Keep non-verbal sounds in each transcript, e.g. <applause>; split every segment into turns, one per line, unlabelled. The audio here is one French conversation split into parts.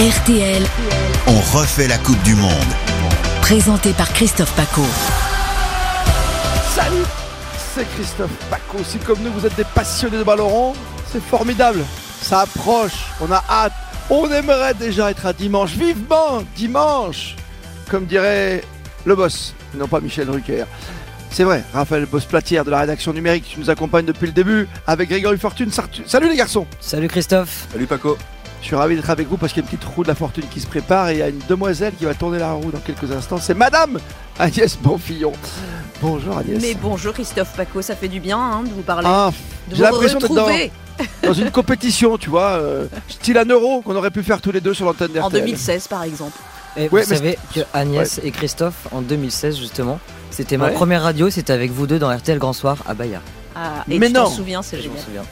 RTL,
On refait la Coupe du Monde.
présenté par Christophe Paco.
Salut, c'est Christophe Paco. Si comme nous vous êtes des passionnés de ballon rond, c'est formidable. Ça approche, on a hâte. On aimerait déjà être à dimanche, vivement dimanche, comme dirait le boss, et non pas Michel Drucker. C'est vrai, Raphaël Bosse-Platière de la rédaction numérique, tu nous accompagnes depuis le début avec Grégory Fortune. Sartu- Salut les garçons
Salut Christophe.
Salut Paco.
Je suis ravi d'être avec vous parce qu'il y a une petite roue de la fortune qui se prépare et il y a une demoiselle qui va tourner la roue dans quelques instants. C'est Madame Agnès Bonfillon. Bonjour Agnès.
Mais bonjour Christophe Paco, ça fait du bien hein, de vous parler.
Ah,
de
j'ai
vous
l'impression d'être dans-
retrouver
dans une compétition, tu vois, euh, style un euro qu'on aurait pu faire tous les deux sur l'antenne
en
d'RTL.
2016 par exemple.
Et
Ouais,
vous
mais
savez que Agnès et Christophe, en 2016 justement, c'était ma
Ouais.
première radio, c'était avec vous deux dans RTL Grand Soir à Bahia.
Ah, et
Mais
tu t'en
non.
souviens, c'est
Je m'en
génial.
souviens.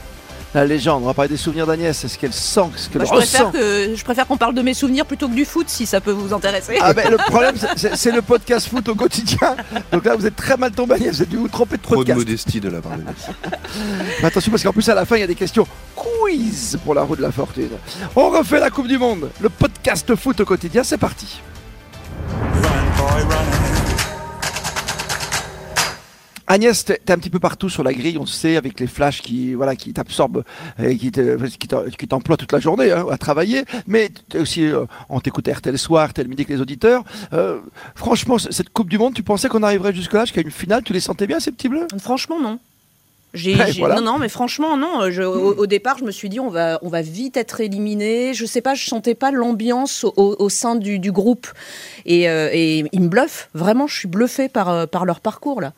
La légende, on va parler des souvenirs d'Agnès, c'est ce qu'elle sent, ce qu'elle
Moi, Bah, je,
ressent.
préfère que, je préfère qu'on parle de mes souvenirs plutôt que du foot si ça peut vous intéresser.
Ah ben, le problème, c'est- c'est c'est le podcast foot au quotidien. Donc là, vous êtes très mal tombé, Agnès, vous avez dû vous tromper de
Trop de
podcast.
modestie de la part de Nice.
Mais attention, parce qu'en plus, à la fin, il y a des questions quiz pour la roue de la fortune. On refait la Coupe du Monde, le podcast foot au quotidien, c'est parti. Agnès, t'es t'es un petit peu partout sur la grille, on le sait, avec les flashs qui, voilà, qui t'absorbent et qui te- qui t'en- qui t'emploient toute la journée hein, à travailler. Mais t'es aussi, euh, on t'écoute RTL soir, tel midi avec les auditeurs. Euh, franchement, c- cette Coupe du Monde, tu pensais qu'on arriverait jusque-là, jusqu'à une finale Tu les sentais bien, ces petits bleus
Franchement, non. J'ai-
Ouais,
j'ai-
voilà. Hmm.
Non, non, mais franchement, non. Je- au, au départ, je me suis dit, on va, on va vite être éliminé. Je sais pas, je sentais pas l'ambiance au, au- au sein du, du groupe. Et, euh, et ils me bluffent. Vraiment, je suis bluffée par, euh, par leur parcours, là.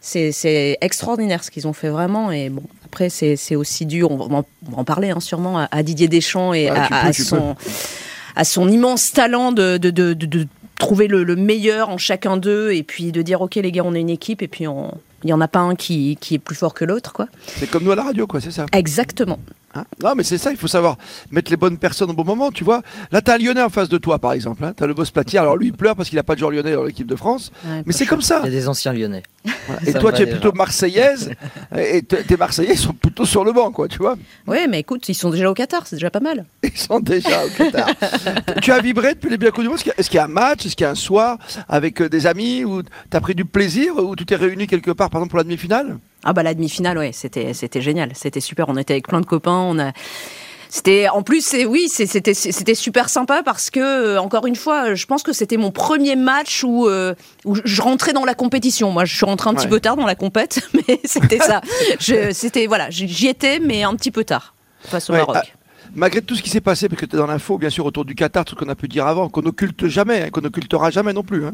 C'est- C'est extraordinaire ce qu'ils ont fait vraiment. Et bon, après, c'est c'est aussi dû, on va en, on va en parler hein, sûrement, à, à Didier Deschamps et
Ah,
à,
tu peux,
à
tu
son, à son immense talent de, de, de- de- de trouver le, le meilleur en chacun d'eux et puis de dire, OK, les gars, on est une équipe et puis on. Il n'y en a pas un qui, qui est plus fort que l'autre, quoi.
C'est comme nous à la radio, quoi, c'est ça
Exactement.
Hein non, mais c'est ça, il faut savoir mettre les bonnes personnes au bon moment, tu vois. Là, t'as un Lyonnais en face de toi, par exemple. Hein. T'as le boss Platier. Alors lui, il pleure parce qu'il n'a pas de joueur lyonnais dans l'équipe de France. Mais c'est comme ça.
Il y a des anciens lyonnais.
Voilà.
ça
Et
me
toi,
va
tu es
déjà.
plutôt
<laughs>
marseillaise. et t- tes Marseillais ils sont plutôt sur le banc, quoi, tu vois.
Ouais, mais écoute, ils sont déjà au Qatar, c'est déjà pas mal.
Ils sont déjà au
<laughs>
Qatar. tu as vibré depuis les bien connus. Est-ce qu'il y a- est-ce qu'il y a un match Est-ce qu'il y a un soir avec euh, des amis Ou t'as pris du plaisir Ou tu t'es réuni quelque part, par exemple, pour la demi-finale
Ah bah la demi-finale, ouais, c'était c'était génial, c'était super. On était avec plein de copains, on a. C'était en plus, c'est oui, c'est- c'était c'était super sympa parce que euh, encore une fois, euh, je pense que c'était mon premier match où euh, où je- je rentrais dans la compétition. Moi, je suis rentrée un petit
Ouais.
peu tard dans la compète, <laughs> mais c'était ça. Je- C'était voilà, j- j'y étais, mais un petit peu tard face au
Ouais, ah.
Maroc.
Malgré tout ce qui s'est passé, parce que tu es dans l'info, bien sûr, autour du Qatar, tout ce qu'on a pu dire avant, qu'on n'occulte jamais, hein, qu'on n'occultera jamais non plus. hein.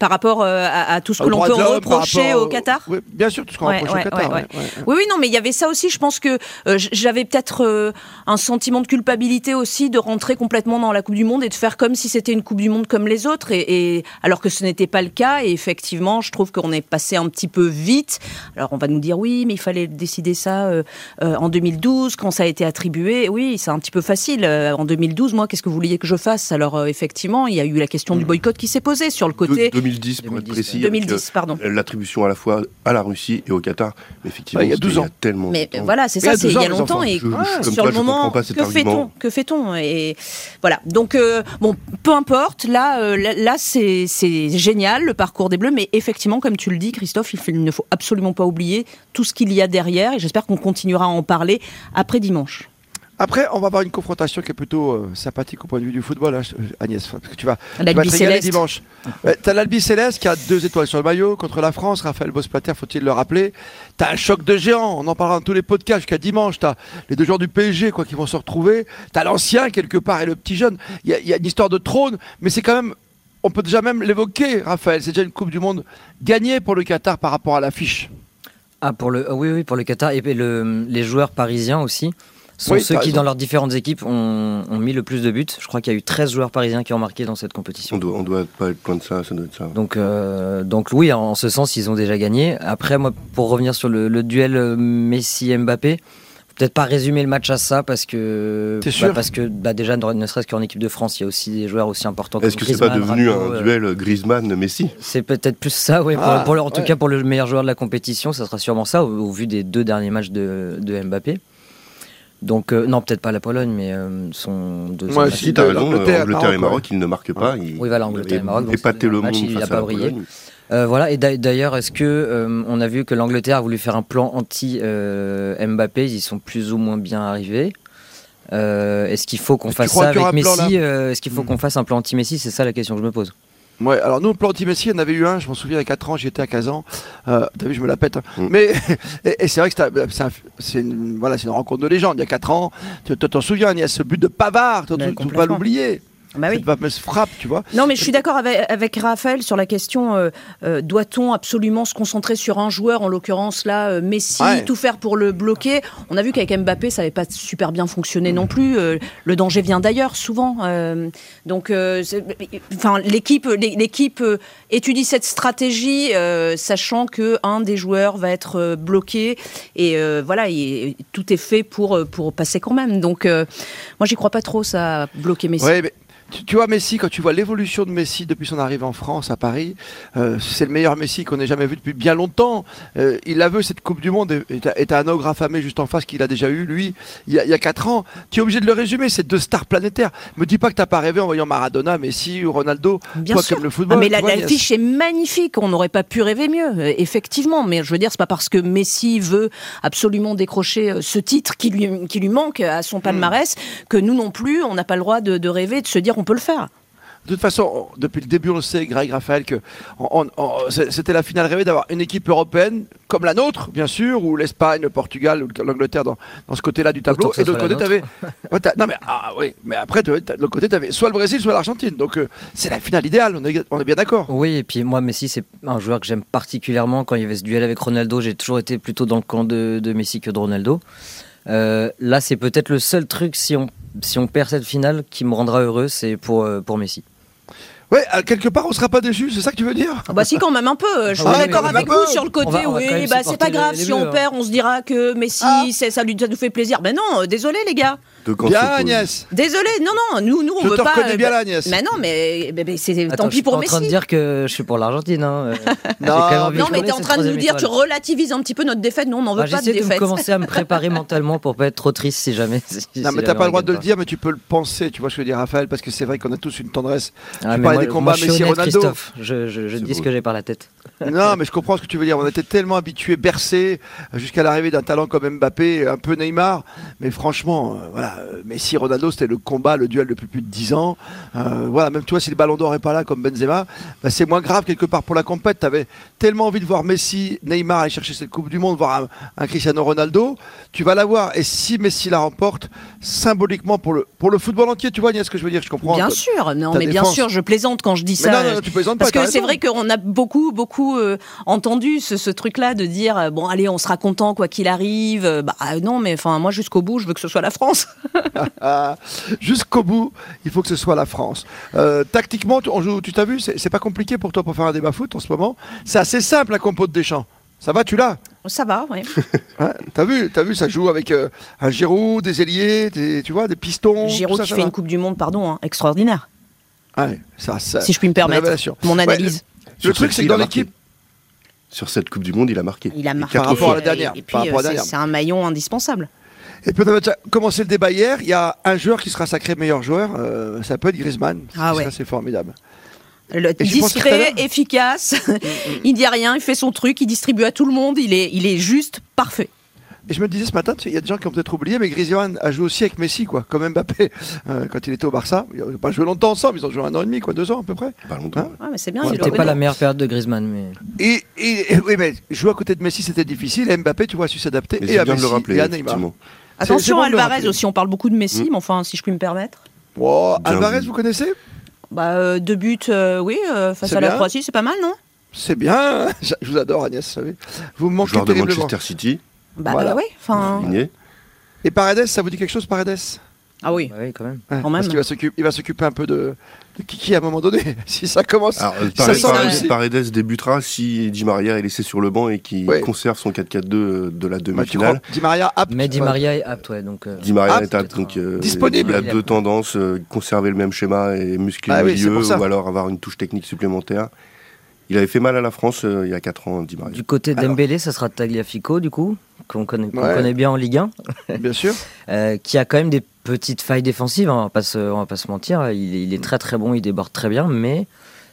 Par rapport euh, à, à tout ce
Aux
que l'on
droits
peut
de l'homme, par
reprocher
rapport
au Qatar.
Oui, bien sûr, tout ce qu'on
Ouais,
reproche au
ouais,
Qatar.
ouais,
ouais, ouais.
Oui, oui, non, mais il y avait ça aussi. Je pense que euh, j- j'avais peut-être euh, un sentiment de culpabilité aussi de rentrer complètement dans la Coupe du Monde et de faire comme si c'était une Coupe du Monde comme les autres, et, et- alors que ce n'était pas le cas. Et effectivement, je trouve qu'on est passé un petit peu vite. Alors on va nous dire oui, mais il fallait décider ça euh, euh, en 2012 quand ça a été attribué. Oui, c'est un petit peu facile. Euh, en 2012, moi, qu'est-ce que vous vouliez que je fasse Alors euh, effectivement, il y a eu la question
Mmh.
du boycott qui s'est posée sur le côté.
De- 2010 pour être
2010,
précis. avec,
2010, pardon.
euh, L'attribution à la fois à la Russie et au Qatar. Mais effectivement,
Bah, il y a
c'était
12 ans.
Il y a tellement
Mais euh,
longtemps.
voilà,
Mais
c'est
il y a
ça, c'est il y
12 ans,
a
les
longtemps.
enfants.
Et ah,
Je- je- comme
sur
toi,
le
je
moment,
comprends pas cet
que
argument.
fait-on Que fait-on Et voilà. Donc euh, bon, peu importe. Là, euh, là, là, c'est c'est génial le parcours des Bleus, mais effectivement, comme tu le dis, Christophe, il, faut- il ne faut absolument pas oublier tout ce qu'il y a derrière. Et j'espère qu'on continuera à en parler après dimanche.
Après, on va avoir une confrontation qui est plutôt euh, sympathique au point de vue du football, hein, Agnès. Parce que tu vas, tu vas te
Bah,
L'Albi
régaler
Céleste.
dimanche. Euh, T'as l'Albi Céleste qui a deux étoiles sur le maillot contre la France. Raphaël Bospater, faut-il le rappeler T'as un choc de géant. On en parlera dans tous les podcasts jusqu'à dimanche. T'as les deux joueurs du PSG quoi, qui vont se retrouver. T'as l'ancien quelque part et le petit jeune. Il y, a- il y a une histoire de trône, mais c'est quand même. On peut déjà même l'évoquer, Raphaël. C'est déjà une Coupe du Monde gagnée pour le Qatar par rapport à l'affiche.
Ah pour le, ah oui oui pour le Qatar et puis le, les joueurs parisiens aussi sont
Oui,
ceux
t'as
qui
raison.
dans leurs différentes équipes ont, ont mis le plus de buts. Je crois qu'il y a eu 13 joueurs parisiens qui ont marqué dans cette compétition.
On doit, on doit pas être loin de ça, ça doit être ça.
Donc, euh, donc oui, en en ce sens, ils ont déjà gagné. Après, moi, pour revenir sur le, le duel euh, Messi-Mbappé, faut peut-être pas résumer le match à ça parce que,
T'es sûr
parce que bah, déjà, ne ne serait-ce qu'en équipe de France, il y a aussi des joueurs aussi importants.
Est-ce que
comme
c'est pas
Griezmann,
devenu
Rabiot,
un
euh,
duel Griezmann-Messi
C'est peut-être plus ça, oui. Pour,
Ah,
pour le- en tout
ouais.
cas, pour le meilleur joueur de la compétition, ça sera sûrement ça, au, au vu des deux derniers matchs de, de Mbappé. Donc, euh, non, peut-être pas la Pologne, mais euh, son deuxième
Ouais,
match.
Si, t'as
de
raison,
l'Angleterre,
euh, Angleterre et
Maroc,
Maroc, ils ne marquent pas. Ils
Oui, voilà, Angleterre et Maroc, donc c'est
Épater
un
le
match,
monde
il a
face
pas
à la
brillé.
Pologne.
Euh, voilà, et d'a- d'ailleurs, est-ce que euh, on a vu que l'Angleterre a voulu faire un plan anti-Mbappé Ils y sont plus ou moins bien arrivés. Euh, est-ce qu'il faut qu'on
Est-ce que tu
fasse
crois
ça
qu'il y
avec
aura un plan,
Messi Euh, Est-ce qu'il faut qu'on fasse un plan anti-Messi C'est ça la question que je me pose.
Ouais, alors nous, le plan anti-Messi, on avait eu un, je m'en souviens, à 4 ans, j'étais à 15 ans. Euh, T'as vu, je me la pète. hein.
Mm.
Mais <laughs> et, et c'est vrai que c'est un- c'est un- c'est une, voilà, c'est une rencontre de légende. Il y a 4 ans, tu tu t'en souviens, il y a ce but de Pavard, tu
Mais
ne peux pas
complètement.
l'oublier.
Bah oui.
Cette fameuse frappe, tu vois.
Non, mais je suis d'accord avec, avec Raphaël sur la question euh, euh, doit-on absolument se concentrer sur un joueur, en l'occurrence là, euh, Messi,
Ouais.
tout faire pour le bloquer On a vu qu'avec Mbappé, ça n'avait pas super bien fonctionné non plus. euh, le danger vient d'ailleurs, souvent. euh, donc, euh, c'est- enfin, l'équipe, l'é- l'équipe euh, étudie cette stratégie, euh, sachant que un des joueurs va être euh, bloqué et euh, voilà, et- et tout est fait pour euh, pour passer quand même. Donc, euh, moi, j'y crois pas trop ça, bloquer Messi.
Ouais, mais tu, tu vois, Messi, quand tu vois l'évolution de Messi depuis son arrivée en France, à Paris, euh, c'est le meilleur Messi qu'on ait jamais vu depuis bien longtemps. Euh, il la veut, cette Coupe du Monde, et- et t'as- et t'as un ogre affamé juste en face qu'il a déjà eu, lui, il y a- il y a 4 ans. Tu es obligé de le résumer, c'est deux stars planétaires. Me dis pas que t'as pas rêvé en voyant Maradona, Messi ou Ronaldo.
Bien
Toi,
sûr.
comme le football,
Ah, mais
tu
la,
vois, il y a-
l'affiche est magnifique. On n'aurait pas pu rêver mieux, euh, effectivement. Mais je veux dire, c'est pas parce que Messi veut absolument décrocher euh, ce titre qui lui, qui lui manque à
Hmm.
son palmarès que nous non plus, on n'a pas le droit de, de rêver, de se dire on peut le faire.
De toute façon, on- depuis le début, on le sait, Greg, Raphaël, que on- on- on- c'est- c'était la finale rêvée d'avoir une équipe européenne comme la nôtre, bien sûr, ou l'Espagne, le Portugal, ou l'Angleterre dans, dans ce côté-là du tableau.
Autant que
Et
ça
de l'autre
soit
côté,
la
t'avais. Ouais, t'as- non, mais, ah, oui, mais après, t'avais- t'as- de l'autre côté, t'avais soit le Brésil, soit l'Argentine. Donc, euh, c'est la finale idéale, on est, on est bien d'accord.
Oui, et puis moi, Messi, c'est un joueur que j'aime particulièrement. Quand il y avait ce duel avec Ronaldo, j'ai toujours été plutôt dans le camp de, de Messi que de Ronaldo. Euh, là, c'est peut-être le seul truc, si on, si on perd cette finale, qui me rendra heureux, c'est pour, euh, pour Messi.
Ouais, à quelque part, on sera pas déçus, c'est ça que tu veux dire
Ah Bah si, quand même un peu. euh, Je suis
Ah ouais,
d'accord
mais
avec
un peu.
vous sur le
On
côté.
va- on va
oui,
quand même
bah c'est
supporter
pas grave.
les- les
si on
Bleus, hein.
perd, on se dira que Messi,
Ah.
c'est- ça, lui, ça nous fait plaisir. Ben non, euh, désolé les gars.
Deux camps
Bien,
s'opposent.
Agnès
Désolé. Non, non, nous, nous, on
Je
veut
te
pas.
reconnais
euh,
bien
bah-
là, Agnès.
Mais non, mais, mais- mais c'est
Attends,
tant
je
pis
suis
pour
pas en train de
Messi.
dire que je suis pour l'Argentine.
<laughs>
hein, euh, j'ai
Non,
quand même envie
Non,
de
mais
trouver
t'es en
cette
train de nous
troisième
dire, tu
étoile.
relativises un petit peu notre défaite. Non, on n'en veut
Bah,
pas de
J'essaie de, me
défaite.
commencer à me
<laughs>
préparer mentalement pour pas être trop triste si jamais. si- si
Non, mais
jamais
t'as
on
pas le droit de
gagne
le dire, mais tu peux le penser, tu vois, ce que je veux dire, Raphaël, parce que c'est vrai qu'on a tous une tendresse.
Ah,
tu
mais
parlais
moi-
des combats
moi, je suis honnête,
Messi-Ronaldo.
Christophe, je, je- je
C'est
dis ce
beau.
que j'ai par la tête.
Non, mais je comprends ce que tu veux dire. On était tellement habitués, bercés, euh, jusqu'à l'arrivée d'un talent comme Mbappé, un peu Neymar. Mais franchement, euh, voilà, euh, Messi, Ronaldo, c'était le combat, le duel depuis plus de 10 ans. Euh, voilà, même toi, si le Ballon d'Or est pas là comme Benzema, bah, c'est moins grave quelque part pour la compète. T'avais tellement envie de voir Messi, Neymar aller chercher cette Coupe du Monde, voir un, un Cristiano Ronaldo. Tu vas l'avoir. Et si Messi la remporte, symboliquement pour le pour le football entier, tu vois, Agnès, ce que je veux dire, je comprends.
Bien
Toi-
sûr, non,
ta
mais bien
défense.
sûr, je plaisante quand je dis
Mais
ça.
non, non, non, tu plaisantes
Parce
pas,
que
t'as
c'est
raison.
vrai qu'on a beaucoup, beaucoup euh, entendu ce, ce truc-là de dire euh, bon, allez, on sera content quoi qu'il arrive. Euh, Bah euh, non, mais enfin, moi jusqu'au bout, je veux que ce soit la France.
Ah, Jusqu'au bout, il faut que ce soit la France. Euh, tactiquement, tu on joue- tu t'as vu, c'est c'est pas compliqué pour toi pour faire un débat foot en ce moment. C'est assez simple la compo de Deschamps. Ça va, tu l'as
Ça va,
<laughs>
oui.
Hein T'as vu, t'as vu, ça joue avec euh, un Giroud, des ailiers, des, tu vois, des pistons.
Giroud
tout ça,
qui
ça
fait
va.
une Coupe du Monde, pardon, hein, extraordinaire,
Ouais, ça, ça-
si je puis me permettre.
révélation.
Mon
bah, Ouais,
analyse.
le
Sur
truc,
celle-ci,
c'est que
il
dans
a marqué.
l'équipe,
Sur cette Coupe du Monde, il a marqué.
Il a
Les
marqué.
quatre
Par rapport à la
euh,
dernière,
Et puis,
par rapport à la
euh, c'est
dernière.
c'est un maillon indispensable.
et puis on avait déjà commencé le débat hier, il y a un joueur qui sera sacré meilleur joueur, euh, ça peut être Griezmann.
Ah ouais.
Ça, c'est formidable.
Le
Et je pense que tout à Mm,
discret, efficace, <laughs> il dit rien, il fait son truc, il distribue à tout le monde, il est, il est juste parfait.
Et je me disais ce matin, tu sais, il y a des gens qui ont peut-être oublié, mais Griezmann a joué aussi avec Messi, quoi, comme Mbappé, euh, quand il était au Barça. Ils n'ont pas joué longtemps ensemble, ils ont joué un an et demi, quoi, deux ans à peu près.
Pas longtemps.
Ouais, mais Ah, c'est bien, il le
C'était pas
reconnaît.
la meilleure période de Griezmann, mais.
Et, et- et- oui, mais jouer à côté de Messi, c'était difficile. Et Mbappé, tu vois, a su s'adapter
Mais
et
c'est
à
bien de
Messi
le rappeler,
et à Neymar.
effectivement.
C'est- c'est
Attention
bon de le
Alvarez
rappeler.
aussi, on parle beaucoup de Messi, mais enfin, si je puis me permettre.
Wow,
Bien
Alvarez,
vu.
vous connaissez
Bah, euh, deux buts, euh, oui, euh, face
C'est
à la
bien.
Croatie, c'est pas mal, non
C'est bien. <laughs> Je je vous adore, Agnès, vous savez. Vous me manquez
Joueur de
terriblement.
Manchester City,
Bah,
Voilà.
bah oui, enfin.
il y est.
Et Paredes, ça vous dit quelque chose, Paredes
Ah oui.
Bah oui, quand même.
Ouais,
Quand
Parce
même.
qu'il va s'occuper- il va s'occuper un peu de, de Kiki à un moment donné, <laughs> si ça commence.
Alors, euh,
Ça
Paredes,
sent la
Paredes-
Russie.
Paredes débutera si Di Maria est laissé sur le banc et qu'il
Ouais.
conserve son 4-4-2 de la
Bah, tu crois
demi-finale.
Di Maria
Ah,
apte.
Mais Di
ouais.
Maria est apte, ouais. Donc, euh,
Di Maria
Ah,
est à-
peut-être
donc,
un-
euh,
Disponible.
Il a deux tendances euh, conserver le même schéma et muscler
Ah oui,
le
c'est
milieu
pour ça.
ou alors avoir une touche technique supplémentaire. Il avait fait mal à la France euh, il y a 4 ans, Di Maria.
Du côté
Alors.
d'Embélé, ça sera Tagliafico, du coup, qu'on connaît, qu'on
Ouais.
connaît bien en Ligue 1,
Bien sûr.
euh, qui a quand même des petites failles défensives, hein, on, va pas se, on va pas se mentir. Il, est- il est très très bon, il déborde très bien, mais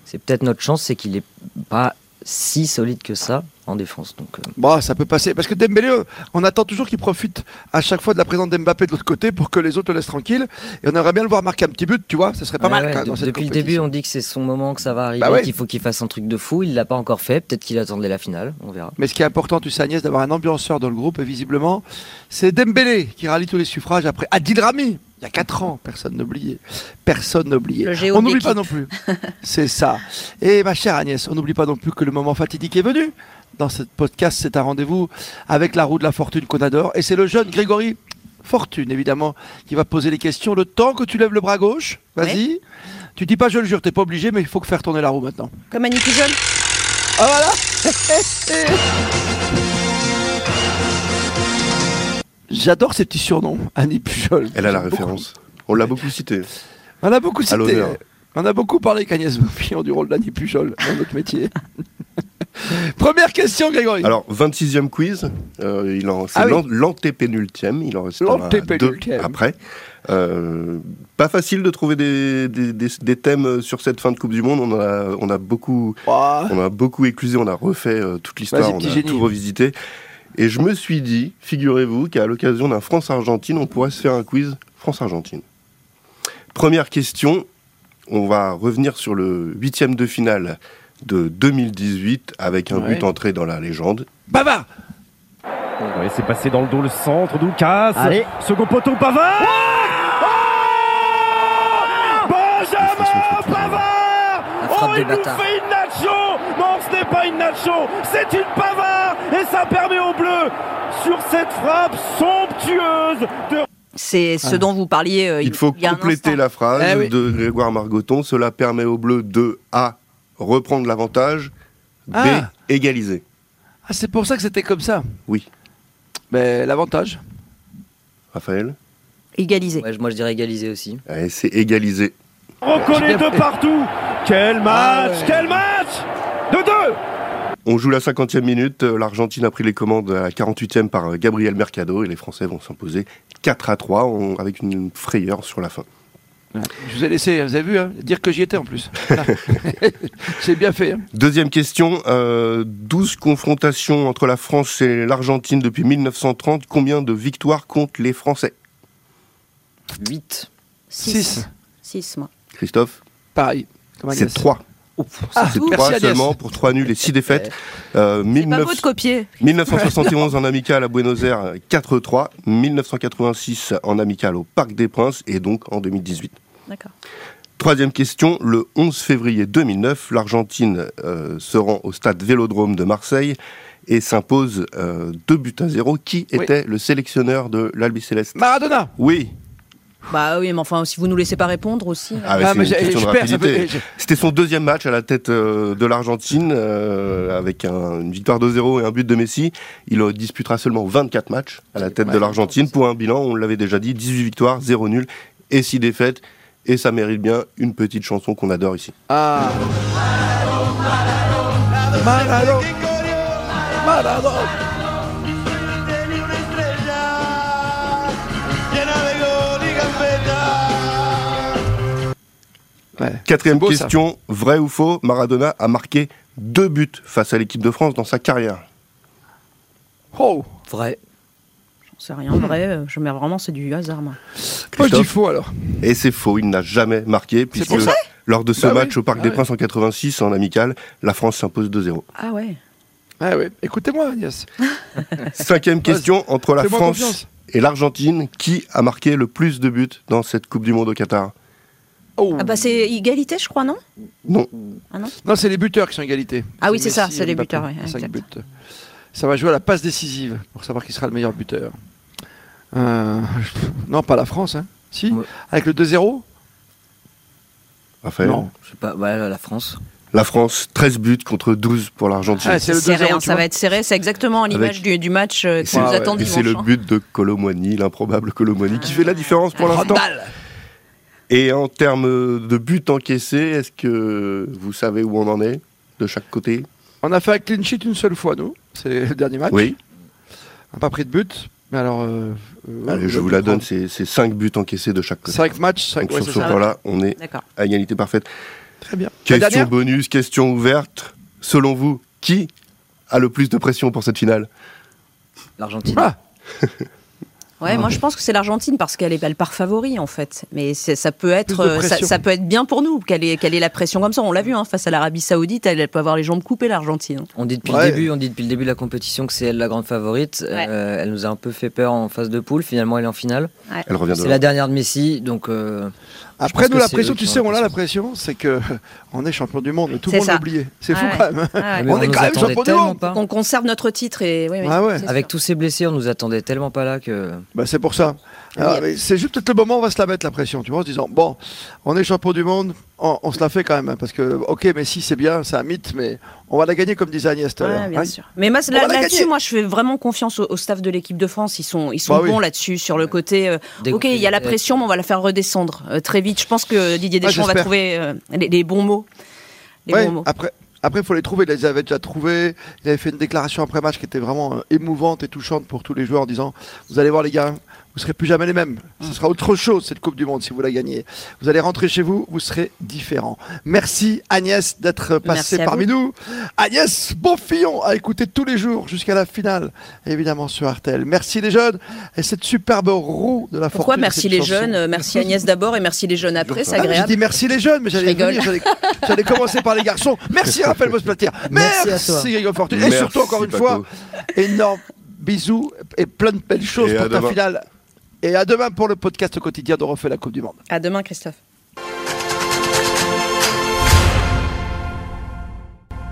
c'est peut-être notre chance, c'est qu'il n'est pas si solide que ça en défense. Donc, euh,
Bon, Bah, ça peut passer. Parce que Dembélé, euh, on attend toujours qu'il profite à chaque fois de la présence d'Mbappé de l'autre côté pour que les autres le laissent tranquille. Et on aimerait bien le voir marquer un petit but, tu vois. Ça serait pas
ouais,
mal.
ouais,
quand même,
de-
dans cette
depuis le
compétition.
début, on dit que c'est son moment, que ça va arriver,
Bah ouais.
qu'il faut qu'il fasse un truc de fou. Il l'a pas encore fait, peut-être qu'il attendait la finale, on verra.
Mais ce qui est important, tu sais, Agnès, d'avoir un ambianceur dans le groupe, et visiblement, c'est Dembélé qui rallie tous les suffrages après Adil Rami, il y a 4 ans. Personne n'oubliait. Personne n'oubliait.
Le géo
On
de
n'oublie pas
l'équipe.
non
<laughs>
plus. c'est ça. Et ma chère Agnès, on n'oublie pas non plus que le moment fatidique est venu. Dans ce podcast, c'est un rendez-vous avec la roue de la fortune qu'on adore. Et c'est le jeune Grégory Fortune, évidemment, qui va poser les questions. Le temps que tu lèves le bras gauche, vas-y. Tu dis pas je le jure, t'es pas obligé, mais il faut que faire tourner la roue maintenant.
Comme Annie Pujol.
Ah voilà J'adore ces petits surnoms, Annie Pujol.
Elle a la
J'aime beaucoup.
référence. On l'a beaucoup cité.
On a beaucoup cité.
l'honneur.
On a beaucoup parlé avec Agnès Bouffillon du rôle d'Annie Pujol dans notre
<laughs>
métier. Première question, Grégory.
Alors, 26e quiz, euh, il en- c'est
Ah oui.
l'an- l'antépénultième, il en restera deux
L'antépénultième.
après. Euh, pas facile de trouver des, des- des- des thèmes euh, sur cette fin de Coupe du Monde, on en a, on a beaucoup,
Ouah.
on a beaucoup éclusé, on a refait euh, toute l'histoire,
Ah. Vas-y,
on
petit
a
génie.
tout revisité. Et je me suis dit, figurez-vous qu'à l'occasion d'un France-Argentine, on pourrait se faire un quiz France-Argentine. Première question, on va revenir sur le huitième de finale de 2018 avec un
Ouais.
but entré dans la légende.
Bavard
Ouais, c'est passé dans le dos le centre, Doukas.
Allez.
Second poteau, Pavard Oh Benjamin Pavard
La frappe
Oh,
des
il nous
bâtards.
fait une nacho Non, ce n'est pas une nacho, c'est une Pavard Et ça permet aux Bleus, sur cette frappe somptueuse de
C'est ce dont vous parliez. euh,
Il faut
y a un
compléter
instant.
la phrase
Eh oui.
de Grégoire Margoton. Cela permet aux Bleus de A. reprendre l'avantage, B.
Ah.
égaliser.
Ah, c'est pour ça que c'était comme ça
Oui.
Mais l'avantage
Raphaël
Égaliser.
Ouais, moi, je dirais égaliser aussi.
Eh, C'est égaliser.
reconnaît de partout Quel match
Ah ouais.
Quel match De deux
On joue la 50e minute. euh, L'Argentine a pris les commandes à la 48e par euh, Gabriel Mercado et les Français vont s'imposer 4 à 3 on- avec une frayeur sur la fin.
Je vous ai laissé, vous avez vu, hein, dire que j'y étais en plus.
<laughs>
Voilà. <laughs> J'ai bien fait. hein.
Deuxième question, euh, 12 confrontations entre la France et l'Argentine depuis 1930. Combien de victoires comptent les Français
8.
Six.
6. 6, moi.
Christophe
Pareil. Comme
C'est
Agnès.
3.
Ah,
C'est
merci,
3
Agnès.
seulement pour 3 nuls et 6 défaites. Euh,
C'est pas
1900
<laughs>
beau de copier.
1971 en amical à Buenos Aires 4-3, 1986 en amical au Parc des Princes et donc en 2018.
D'accord.
Troisième question, le 11 février 2009, l'Argentine euh, se rend au stade Vélodrome de Marseille et s'impose 2 buts à 0. Qui
Oui.
était le sélectionneur de l'Albi Céleste
Maradona
Oui,
Bah oui, mais enfin, si vous nous laissez pas répondre aussi.
Ah, mais
Ah,
c'est
mais
une
j'ai-
question de
je perds, ça
rapidité.
peut-
C'était son deuxième match à la tête euh, de l'Argentine, euh, avec un- une victoire 2-0 et un but de Messi. Il euh, disputera seulement 24 matchs à la tête de l'Argentine pour un bilan, on l'avait déjà dit, 18 victoires, 0 nul et 6 défaites. Et ça mérite bien une petite chanson qu'on adore ici.
Ah. Maradona. Maradona. Ouais.
Quatrième
beau, ça.
question, vrai ou faux, Maradona a marqué deux buts face à l'équipe de France dans sa carrière.
Oh,
Vrai.
J'en sais rien, vrai. euh, Je mets vraiment, c'est du hasard, moi.
moi je dis
Christophe
faux alors.
Et c'est faux, il n'a jamais marqué, puisque
pour ça
lors de ce
Bah oui.
match au Parc
Ah
des
ouais.
Princes en 86, en amical, la France s'impose 2-0.
<laughs>
Ah ouais.
Ah ouais, écoutez-moi Agnès.
Cinquième question, entre la
Fais-moi
France
confiance.
et l'Argentine, qui a marqué le plus de buts dans cette Coupe du Monde au Qatar
Oh.
Ah bah c'est égalité, je crois, non
Non,
Non, c'est les buteurs qui sont égalité.
Ah oui, c'est ça,
Messi,
c'est les
Mbappé,
buteurs, ouais,
cinq
exact.
buts. Ça va jouer à la passe décisive pour savoir qui sera le meilleur buteur. Euh, non, pas la France, hein. Si
Ouais.
Avec le 2-0
Raphaël
Non.
Je sais pas, voilà la France.
La France, 13 buts contre 12 pour l'Argentine.
Ah, c'est le 2-0.
serré, hein,
tu
ça
vois.
va être serré. C'est exactement à l'image
Avec-
du, du match euh,
Et
qui
c'est
nous
ouais,
attend
et c'est
dimanche.
le
hein.
but de Colomwani, l'improbable Colomwani, qui fait la différence pour l'instant.
Randall.
Et en termes de buts encaissés, est-ce que vous savez où on en est de chaque côté.
On a fait un clean sheet une seule fois, nous. C'est le dernier match.
Oui,
On n'a pas pris de but. Mais alors. euh, euh,
allez,
on
je
va
vous la
prendre
donne, c'est 5 buts encaissés de chaque côté.
Cinq matchs, cinq.
Donc
ouais,
sur
c'est
ce
ça.
point-là, on est
D'accord.
à égalité parfaite.
Très bien. La
Question
dernière
bonus, question ouverte. Selon vous, qui a le plus de pression pour cette finale
L'Argentine.
Ah,
Ouais, moi je pense que c'est l'Argentine parce qu'elle est elle part favori en fait. Mais c'est- ça peut être
Plus de
euh, ça,
pression.
ça peut être bien pour nous qu'elle ait, qu'elle ait la pression comme ça. On l'a vu hein, face à l'Arabie Saoudite, elle, elle peut avoir les jambes coupées l'Argentine. hein.
On dit depuis
Ouais.
le début, on dit depuis le début de la compétition que c'est elle la grande favorite.
Ouais.
Euh, elle nous a un peu fait peur en phase de poule. Finalement, elle est en finale.
Elle revient de
C'est
là.
la dernière de Messi, donc euh,
Après
pense
nous,
que
la
c'est
pression,
eux
tu
qui ont
sais,
la
on l'a la pression, c'est que <laughs> on est champion du monde, tout
C'est
le monde
ça.
l'a oublié. C'est fou
Ouais.
quand même. hein.
Ah ouais.
mais
On est
nous
quand même
attendait
champion du
tellement
monde.
pas.
On conserve notre titre et oui, oui,
Ah ouais.
c'est
Avec
sûr.
tous ces blessés, on nous attendait tellement pas là que.
Bah, c'est pour ça. Alors, mais c'est juste peut-être le moment où on va se la mettre la pression, tu vois, en se disant bon, on est champion du monde, on, on se la fait quand même, hein, parce que ok, mais si c'est bien, c'est un mythe, mais on va la gagner comme disait Agnès tout à
Ouais,
l'heure.
bien
hein.
sûr. Mais moi,
On va
là-
la
là-dessus,
gagner.
moi, je fais vraiment confiance au, au staff de l'équipe de France. Ils sont, ils sont
Bah oui.
bons là-dessus, sur le côté. euh,
Dès
ok,
qu'on fait
il y a la
des têtes.
pression, mais on va la faire redescendre euh, très vite. Je pense que Didier
Ah,
Deschamps va
j'espère.
trouver euh, les, les bons mots. Les
Ouais, Ah,
bons mots.
après, après, faut les trouver. Il les avait déjà trouvés. Il avait fait une déclaration après match qui était vraiment euh, émouvante et touchante pour tous les joueurs en disant Vous allez voir, les gars, vous serez plus jamais les mêmes. Ce
Mm.
sera autre chose, cette Coupe du Monde, si vous la gagnez. Vous allez rentrer chez vous, vous serez différents. Merci Agnès d'être passée
Merci à
parmi nous. Agnès Bonfillon à écouter tous les jours jusqu'à la finale, évidemment sur Artel. Merci les jeunes et cette superbe roue de la
Pourquoi
fortune,
merci
cette
les
chanson.
jeunes, euh, merci Agnès d'abord et merci les jeunes après, c'est
Ah, J'ai
agréable.
dit merci les jeunes, mais j'allais
rigole.
venir, j'allais- j'allais commencer par les garçons. Merci Raphaël Mosplatir.
Merci à toi.
Grégoire Fortune. Et
Merci,
surtout, encore une
Paco.
fois, énorme bisous et plein de belles choses
Et à
pour ta
demain.
finale. Et à demain pour le podcast quotidien de Refait la Coupe du Monde.
À demain, Christophe.